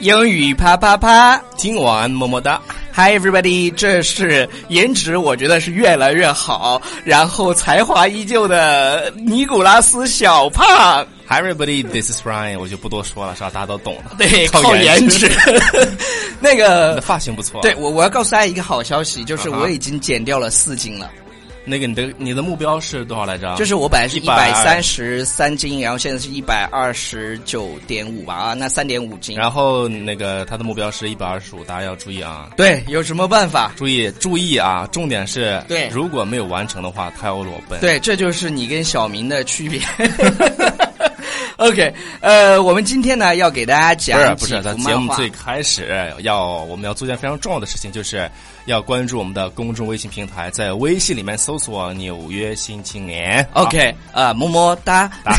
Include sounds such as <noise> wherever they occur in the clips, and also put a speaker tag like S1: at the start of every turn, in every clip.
S1: 英语啪啪啪
S2: 听完么么哒，
S1: ！Hi everybody，这是颜值我觉得是越来越好，然后才华依旧的尼古拉斯小胖。 <laughs>
S2: Hi everybody，this is Ryan，我就不多说了，是吧？大家都懂的。
S1: 对，靠颜
S2: 颜。
S1: 值 <laughs> 那
S2: 你的
S1: 个，
S2: 发型不错。
S1: 对，我我要告诉大家一个好消息，就是
S2: 啊哈
S1: 我已经减掉了四斤了。
S2: 那个你的你的目标是多少来着？
S1: 就是我本来是啊一百三
S2: 120
S1: 十三斤，然后现在是一百二十九点五吧，啊，那三点五斤。
S2: 然后那个他的目标是一百二十五，大家要注意啊。
S1: 对，有什么办法？
S2: 注意注意啊！重点是，
S1: 对
S2: 如果没有完成的话，他要裸奔。，
S1: 对，这就是你跟小明的区别。OK，呃，我们今天呢要给大家
S2: 不
S1: 讲
S2: 是不
S1: 几
S2: 是，咱
S1: 幅
S2: 节
S1: 漫
S2: 目
S1: 画
S2: 最开始要我们要做一件非常重要的事情，就是要关注我们的公众微信平台，在微信里面搜索“纽约新青年”。
S1: OK，呃，么么哒
S2: 哒。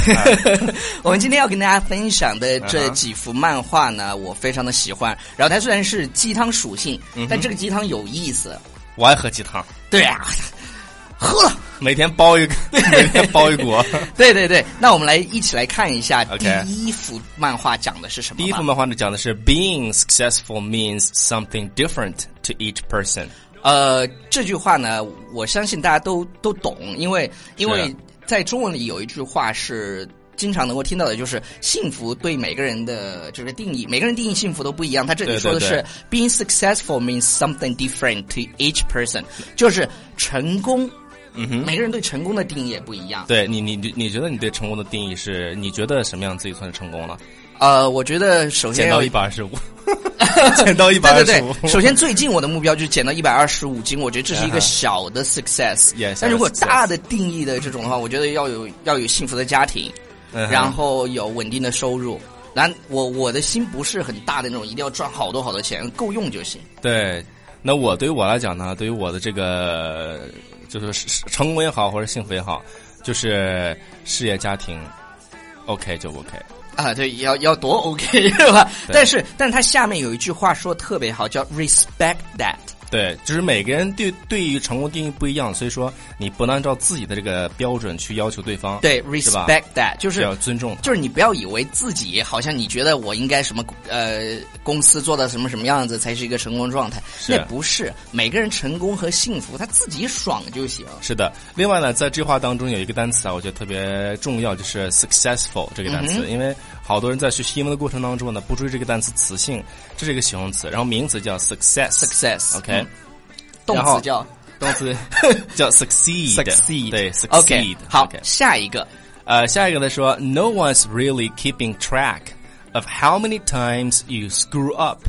S1: <laughs> 我们今天要跟大家分享的这
S2: 嗯哼
S1: 几幅漫画呢，我非常的喜欢。然后它虽然是鸡汤属性，
S2: 嗯
S1: 但这个鸡汤有意思。
S2: 我爱喝鸡汤，
S1: 对啊，喝了。
S2: 每天煲一个， <laughs> 每天煲一锅。
S1: 对对对，那我们来一起来看一下
S2: OK
S1: 第一幅漫画讲的是什么吧。
S2: 第一幅漫画呢讲的是 “Being successful means something different to each person”。
S1: 呃，这句话呢，我相信大家都都懂，因为因为
S2: 是
S1: 在中文里有一句话是。经常能够听到的就是幸福对每个人的这个定义，每个人定义幸福都不一样。他这里
S2: 对对
S1: 说的
S2: 对
S1: 是 being successful means something different to each person，就是成功，
S2: 嗯哼，
S1: 每个人对成功的定义也不一样。
S2: 对你，你你你觉得你对成功的定义是？你觉得什么样自己算是成功了？
S1: 呃，我觉得首先
S2: 减
S1: 要
S2: 到一百二
S1: <laughs>
S2: 十五，减到一百
S1: 对
S2: 二
S1: 对
S2: 十五。 <laughs>
S1: 对，首先最近我的目标就是减到一百二十五斤，我觉得这是一个
S2: 嗯哼
S1: 小的 success。
S2: Yes，
S1: 但如果
S2: success
S1: 大的定义的这种的话，我觉得要有要有幸福的家庭，
S2: 嗯嗯哼
S1: 然后有稳定的收入。然我我的心不是很大的那种，一定要赚好多好多钱，够用就行。
S2: 对，那我对于我来讲呢，对于我的这个就是是成功也好，或者幸福也好，就是事业家庭，OK 就 OK。
S1: 啊，对，要要多 OK <laughs> 是吧？
S2: 对
S1: 但是，但是它下面有一句话说得特别好，叫 respect that。
S2: 对，就是每个人对对于成功定义不一样，所以说你不能按照自己的这个标准去要求对方，，
S1: 对
S2: 是吧
S1: ，respect that 就是
S2: 是啊要尊重。
S1: 就是你不要以为自己好像你觉得我应该什么呃公司做到什么什么样子才是一个成功状态，
S2: 是
S1: 那不是每个人成功和幸福他自己爽就行。
S2: 是的，另外呢，在这话当中有一个单词啊，我觉得特别重要，就是 successful 这个单
S1: 嗯
S2: 词，因为好多人在学习英文的过程当中呢，不注意这个单词词性，这是一个形容词，然后名词叫 success，OK，、
S1: Success，
S2: OK
S1: 嗯动
S2: 然后
S1: 词叫 <laughs>
S2: 动词叫 succeed，
S1: Succeed
S2: 对
S1: OK
S2: succeed。。
S1: 好
S2: OK，
S1: 下一个
S2: 呃，下一个来说，No one's really keeping track of how many times you screw up。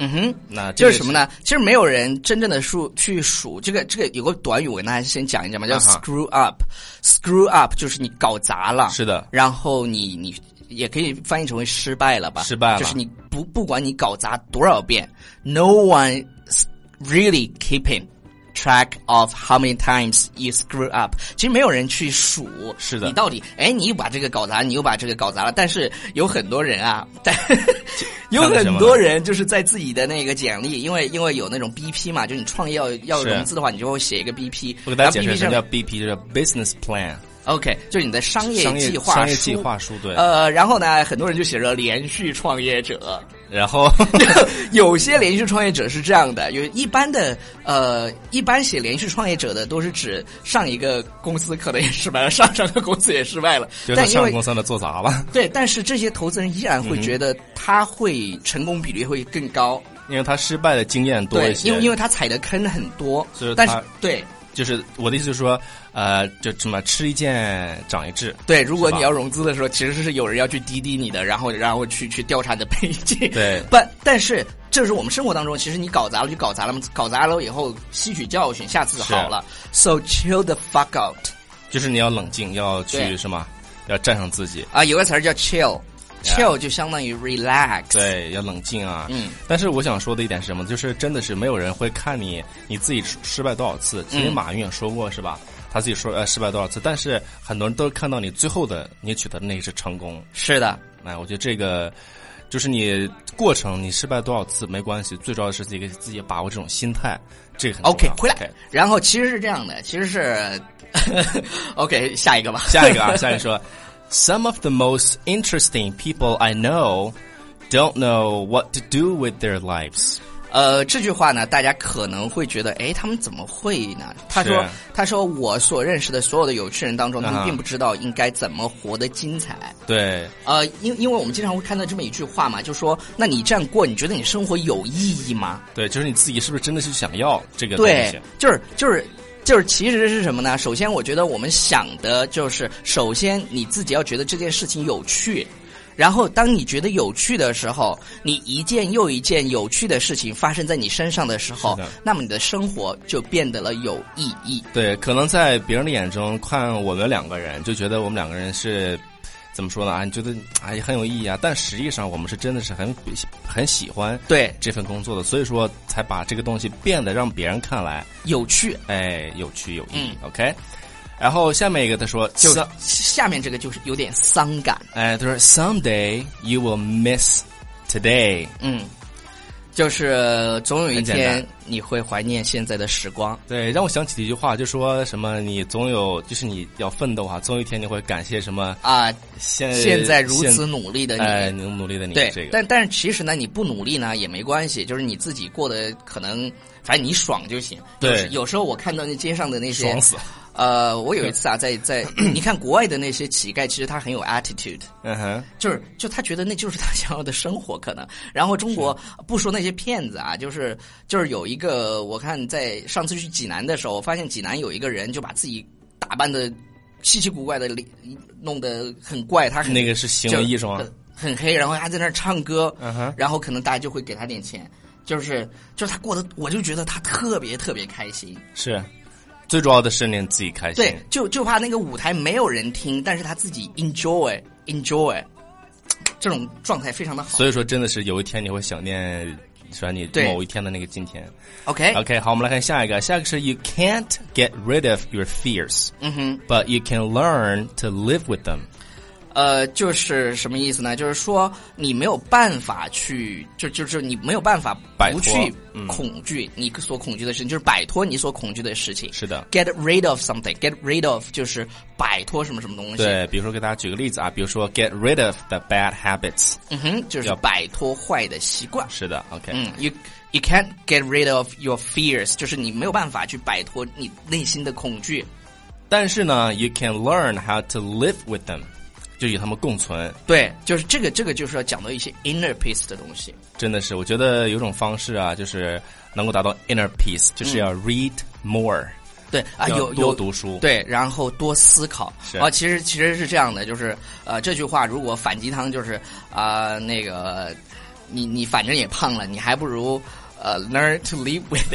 S1: 嗯哼，
S2: 那
S1: 就
S2: 这个
S1: 是什么？呢？其实没有人真正的数去数这个这个有个短语，我跟大家先讲一讲吧，叫
S2: 啊哈
S1: screw up。screw up 就是你搞砸了，
S2: 是的，
S1: 然后你你也可以翻译成为失败了吧？
S2: 失败了
S1: 就是你不不管你搞砸多少遍，no one s really keeping track of how many times you screw up。其实没有人去数，
S2: 是的
S1: 你到底哎，你又把这个搞砸，你又把这个搞砸了。但是有很多人啊，但 <laughs> 有
S2: 看到什
S1: 很
S2: 么
S1: 多
S2: 呢
S1: 人就是在自己的那个简历，因为因为有那种 BP 嘛，就你创业要要
S2: 是
S1: 融资的话，你就会写一个 BP，
S2: 我给大家解
S1: 然后 BP
S2: 释什
S1: 上面
S2: 么叫 BP，就是 business plan，
S1: OK，就是你的商业
S2: 商业
S1: 计划
S2: 商业
S1: 书
S2: 计划书对。
S1: 呃，然后呢，很多人就写着连续创业者。 <laughs>
S2: 然后
S1: 有些连续创业者是这样的，有一般的呃，一般写连续创业者的都是指上一个公司可能也失败了，上上个公司也失败了，
S2: 就是他
S1: 但因
S2: 上
S1: 为
S2: 公司嗯的做砸了， <laughs>
S1: 对，但是这些投资人依然会觉得他会成功比例会更高，
S2: 因为他失败的经验多
S1: 对
S2: 一，些。
S1: 因为因为他踩的坑很多
S2: 所以，
S1: 但是
S2: 他
S1: 对
S2: 就是我的意思就是说，呃，就什么吃一堑长一智。
S1: 对，如果
S2: 是吧
S1: 你要融资的时候，其实是有人要去滴滴你的，然后然后去去调查你的背景。 <laughs>
S2: 对
S1: 不，但是这是我们生活当中，其实你搞砸了就搞砸了嘛，搞砸了以后吸取教训，下次就好了。So chill the fuck out
S2: 就是你要冷静，要去
S1: 对
S2: 什么，要战胜自己。
S1: 啊，有个词儿叫
S2: Yeah
S1: chill，chill 就相当于 relax。，
S2: 对，要冷静啊。
S1: 嗯，
S2: 但是我想说的一点是什么？就是真的是没有人会看你你自己失败多少次。其实
S1: 嗯
S2: 马云也说过是吧？他自己说呃失败多少次，但是很多人都看到你最后的你取得的那是成功。
S1: 是的，
S2: 哎，我觉得这个就是你过程你失败多少次没关系，最重要的是自己给自己把握这种心态，这个很重
S1: OK，
S2: 要
S1: 回来
S2: 嗯 OK，
S1: 然后其实是这样的，其实是 <laughs> OK，下一个吧。
S2: 下一个啊，下一个说，Some of the most interesting people I know don't know what to do with their lives。
S1: 呃，这句话呢，大家可能会觉得，哎，他们怎么会呢？他说
S2: 是，
S1: 他说我所认识的所有的有趣人当中，他
S2: 啊
S1: 们
S2: 哈
S1: 并不知道应该怎么活得精彩。
S2: 对，
S1: 呃，因因为我们经常会看到这么一句话嘛，就说，那你这样过，你觉得你生活有意义吗？
S2: 对，就是你自己是不是真的是想要这个东
S1: 对
S2: 西？，
S1: 就是就是。就是，其实是什么呢？首先，我觉得我们想的就是，首先你自己要觉得这件事情有趣，然后当你觉得有趣的时候，你一件又一件有趣的事情发生在你身上的时候
S2: 是的，
S1: 那么你的生活就变得了有意义。
S2: 对，可能在别人的眼中看我们两个人，就觉得我们两个人是怎么说呢？啊，你觉得哎很有意义啊，但实际上我们是真的是很很喜欢
S1: 对，
S2: 这份工作的，所以说才把这个东西变得让别人看来
S1: 有趣
S2: 哎有趣有意义。
S1: 嗯
S2: OK，然后下面一个他说
S1: 就
S2: "Some-
S1: 下面这个就是有点伤感。
S2: 哎他说 someday you will miss today，
S1: 嗯，就是总有一
S2: 很简
S1: 天
S2: 单
S1: 你会怀念现在的时光。
S2: 对，让我想起了一句话，就说什么你总有就是你要奋斗啊，总有一天你会感谢什么
S1: 啊、
S2: 现
S1: 现在如此
S2: 呃现
S1: 努力的你，
S2: 哎努努力的你
S1: 对，
S2: 这个。
S1: 但但是其实呢，你不努力呢也没关系，就是你自己过得可能，反正你爽就行。
S2: 对
S1: 有时有时候我看到那街上的那些，
S2: 爽 <laughs> 死！
S1: 呃，我有一次啊，在
S2: <clears throat>
S1: 在你看国外的那些乞丐，其实他很有 attitude。
S2: 嗯哼，
S1: 就是，就他觉得那就是他想要的生活可能。然后中国不说那些骗子啊，就是就是有一个，我看在上次去济南的时候，发现济南有一个人就把自己打扮的稀奇古怪的，弄得很怪，他很
S2: 那个是行为艺术吗
S1: 就？呃很很黑，然后还在那儿唱歌，
S2: 嗯哼，
S1: 然后可能大家就会给他点钱，就是就是他过得，我就觉得他特别特别开心。
S2: 是。最主要的是你自己开心。
S1: 对，就就怕那个舞台没有人听，但是他自己 enjoy enjoy，这种状态非常的好。
S2: 所以说真的是有一天你会想念，是吧？你
S1: 对
S2: 某一天的那个今天。
S1: OK，
S2: OK，好，我们来看下一个，下一个是 You can't get rid of your fears,
S1: 嗯哼，
S2: but you can learn to live with them。
S1: 呃，就是什么意思呢？就是说你没有办法去，就就是你没有办法
S2: 摆
S1: 不
S2: 脱
S1: 去
S2: 嗯
S1: 恐惧你所恐惧的事情，就是摆脱你所恐惧的事情。
S2: 是的。
S1: Get rid of something，get rid of 就是摆脱什么什么东西。
S2: 对，比如说给大家举个例子啊，比如说 get rid of the bad habits。
S1: 嗯哼，就是
S2: 要
S1: 摆脱坏的习惯。
S2: 是的，OK，、
S1: 嗯，you you can't get rid of your fears，就是你没有办法去摆脱你内心的恐惧。
S2: 但是呢，you can learn how to live with them，就与他们共存。
S1: 对，就是这个这个就是要讲到一些 inner peace 的东西。
S2: 真的是，我觉得有种方式啊，就是能够达到 inner peace，就是要 read more，、
S1: 对啊，
S2: 要
S1: 有
S2: 多
S1: 有
S2: 读书。
S1: 对，然后多思考。
S2: 是
S1: 啊，其实其实是这样的，就是呃，这句话如果反鸡汤就是啊、那个你你反正也胖了，你还不如。呃、l e a r n to live with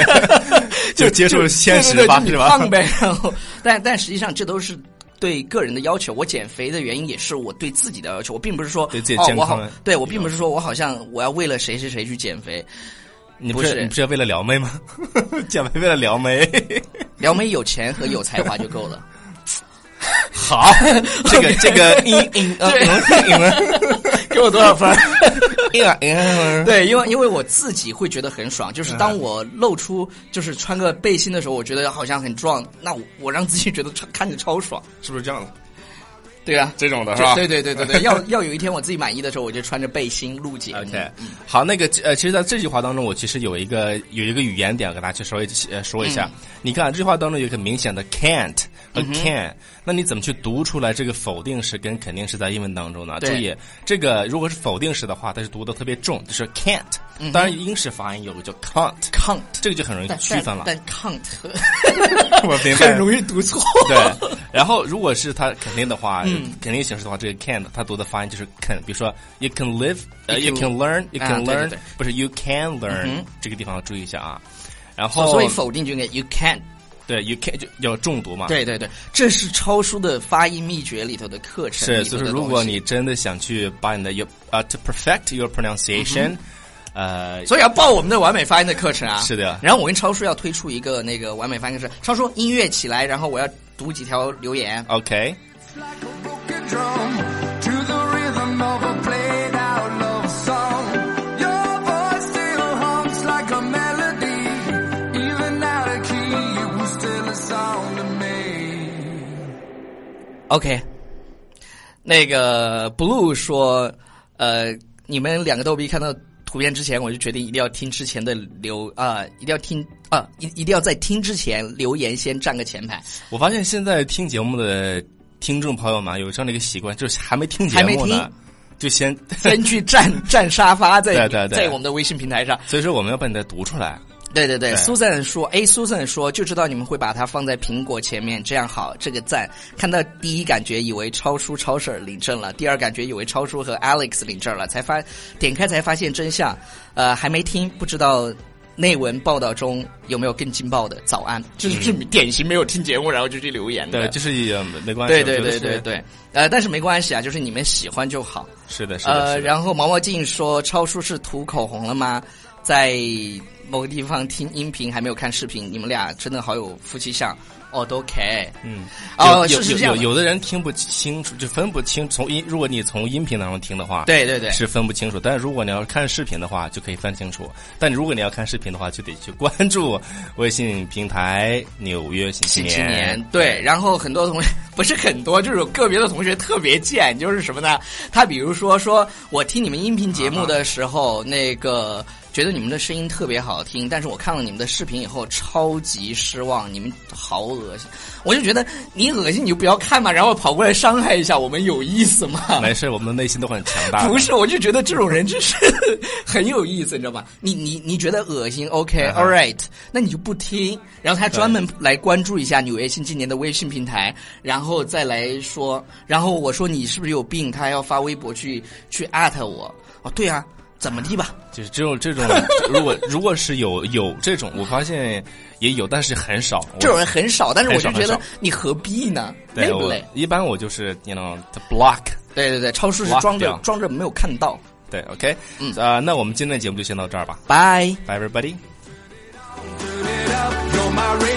S1: it，
S2: <laughs> 就接受现实
S1: 对对对
S2: 吧
S1: 就你
S2: 是吧
S1: 胖呗。 <laughs> 然后，但但实际上这都是对个人的要求。我减肥的原因也是我对自己的要求，我并不是说
S2: 对自己
S1: 哦
S2: 健，
S1: 我
S2: 康
S1: 好
S2: 的，
S1: 对我
S2: 一
S1: 并不是说我好像我要为了谁谁谁去减肥。
S2: 你
S1: 不
S2: 不是
S1: 是
S2: 你不是要为了撩妹吗？ <laughs> 减肥为了撩妹，
S1: 撩妹有钱和有才华就够
S2: <laughs>
S1: 了。
S2: 好， <laughs> 这个这个一嗯嗯嗯
S1: 给我多少分？
S2: 嗯嗯，
S1: 对，因为因为我自己会觉得很爽，就是当我露出就是穿个背心的时候，我觉得好像很壮，那我我让自己觉得超看着超爽，
S2: 是不是这样的？
S1: 对啊，
S2: 这种的
S1: 就是
S2: 吧？
S1: 对对对对
S2: <laughs>
S1: 对，要要有一天我自己满意的时候，我就穿着背心录节目。
S2: OK，好，那个呃，其实在这句话当中，我其实有一个有一个语言点要跟大家去说一呃说一下。你看这句话当中有一个明显的 can't 和 can，、那你怎么去读出来这个否定式跟肯定式在英文当中呢？注
S1: 对
S2: 意，这个如果是否定式的话，它是读的特别重，就是 can't。当然，英式发音有个叫 can't，
S1: Count，
S2: 这个就很容易
S1: 但
S2: 嗯区分了。
S1: 但但 Count
S2: <laughs> 我
S1: <laughs>
S2: 明
S1: 很容易读错。
S2: <laughs> 对，然后如果是它肯定的话，
S1: 嗯
S2: 肯定形式的话，这个 can 它读的发音就是 can，比如说 you can live，呃
S1: You
S2: you can learn，you
S1: 啊
S2: can
S1: 对
S2: learn，
S1: 对对嗯
S2: 不是 you can learn，这个地方要注意一下啊。然后
S1: 所以否定就应该 You can。
S2: 对 you can 就要重读嘛。。
S1: 对对对，这是超叔的发音秘诀里头的课程
S2: 是，
S1: 里头
S2: 就
S1: 的
S2: 是
S1: 东西。
S2: 如果你真的想去把你的 your 啊、to perfect your pronunciation，、呃，
S1: 所以要报我们的完美发音的课程啊。
S2: 是的
S1: 然后我跟超叔要推出一个那个完美发音课程，超叔音乐起来，然后我要读几条留言。
S2: 呃 OK，
S3: Like a broken drum to the rhythm of a played out love song. Your voice still hums like a melody. Even out of key, it was still a song to me.
S1: OK，那个 Blue 说，呃，你们两个逗逼看到图片之前，我就决定一定要听之前的留啊、一定要听啊、一一定要在听之前留言先占个前排，
S2: 我发现现在听节目的听众朋友们啊有这样的一个习惯，就是还没听节
S1: 还没
S2: 目呢
S1: 听，
S2: 就先。 <laughs>
S1: 先去占占沙发在，在
S2: 对对对
S1: 我们的微信平台上。
S2: 所以说我们要把你的读出来，
S1: 对对对
S2: 对
S1: ，Susan 说，哎，Susan 说，就知道你们会把它放在苹果前面，这样好，这个赞。看到第一感觉以为超叔超婶儿领证了，第二感觉以为超叔和 Alex 领证了，才发点开才发现真相，呃，还没听，不知道。内文报道中有没有更劲爆的？早安，这就是典型没有听节目然后就去留言的
S2: 对，，就是也没没关系，
S1: 对对
S2: 我觉得
S1: 对对
S2: 是，
S1: 对，呃，但是没关系啊，就是你们喜欢就好。
S2: 是的，是的，
S1: 呃，
S2: 是的
S1: 然后毛毛静说：“超叔是涂口红了吗？在某个地方听音频，还没有看视频，你们俩真的好有夫妻相哦，都 OK。
S2: 嗯，
S1: 哦，
S2: 有
S1: 是
S2: 有
S1: 是这
S2: 有
S1: 样的，
S2: 有的人听不清楚，就分不清。从音，如果你从音频当中听的话，，
S1: 对对对，
S2: 是分不清楚。但是如果你要看视频的话，就可以分清楚。但如果你要看视频的话，就得去关注微信平台《纽约新青
S1: 新
S2: 年》
S1: 青年对。然后很多同学 <laughs> 不是很多，就是有个别的同学特别贱，就是什么呢？他比如说说我听你们音频节目的时候，那个觉得你们的声音特别好听，但是我看了你们的视频以后超级失望，你们好恶心。我就觉得你恶心你就不要看嘛，然后跑过来伤害一下我们有意思吗？
S2: 没事，我们的内心都很强大的。
S1: 不是，我就觉得这种人真是 <laughs> 很有意思，你知道吧？你你你觉得恶心
S2: 嗯
S1: ，OK，All、
S2: 哼
S1: right，那你就不听，然后他专门来关注一下纽约新青年的微信平台，然后再来说，然后我说你是不是有病？他还要发微博去去艾特我。哦，对啊，怎么地吧？
S2: <laughs> 就是只有这种，如果如果是有有这种，我发现也有，但是很少。我
S1: 这种人很少，但是我
S2: 很少
S1: 就觉
S2: 很
S1: 得
S2: 少
S1: 你何必呢？累
S2: 对
S1: 不
S2: 我
S1: 累？
S2: 一般我就是，you know，the block。
S1: 对对对，超叔是
S2: 哇
S1: 装着
S2: 屌
S1: 装着没有看到。
S2: 对，OK，
S1: 嗯
S2: 啊，那我们今天的节目就先到这儿吧
S1: 拜。
S2: ，Bye everybody。
S3: Turn it up, you're my radio.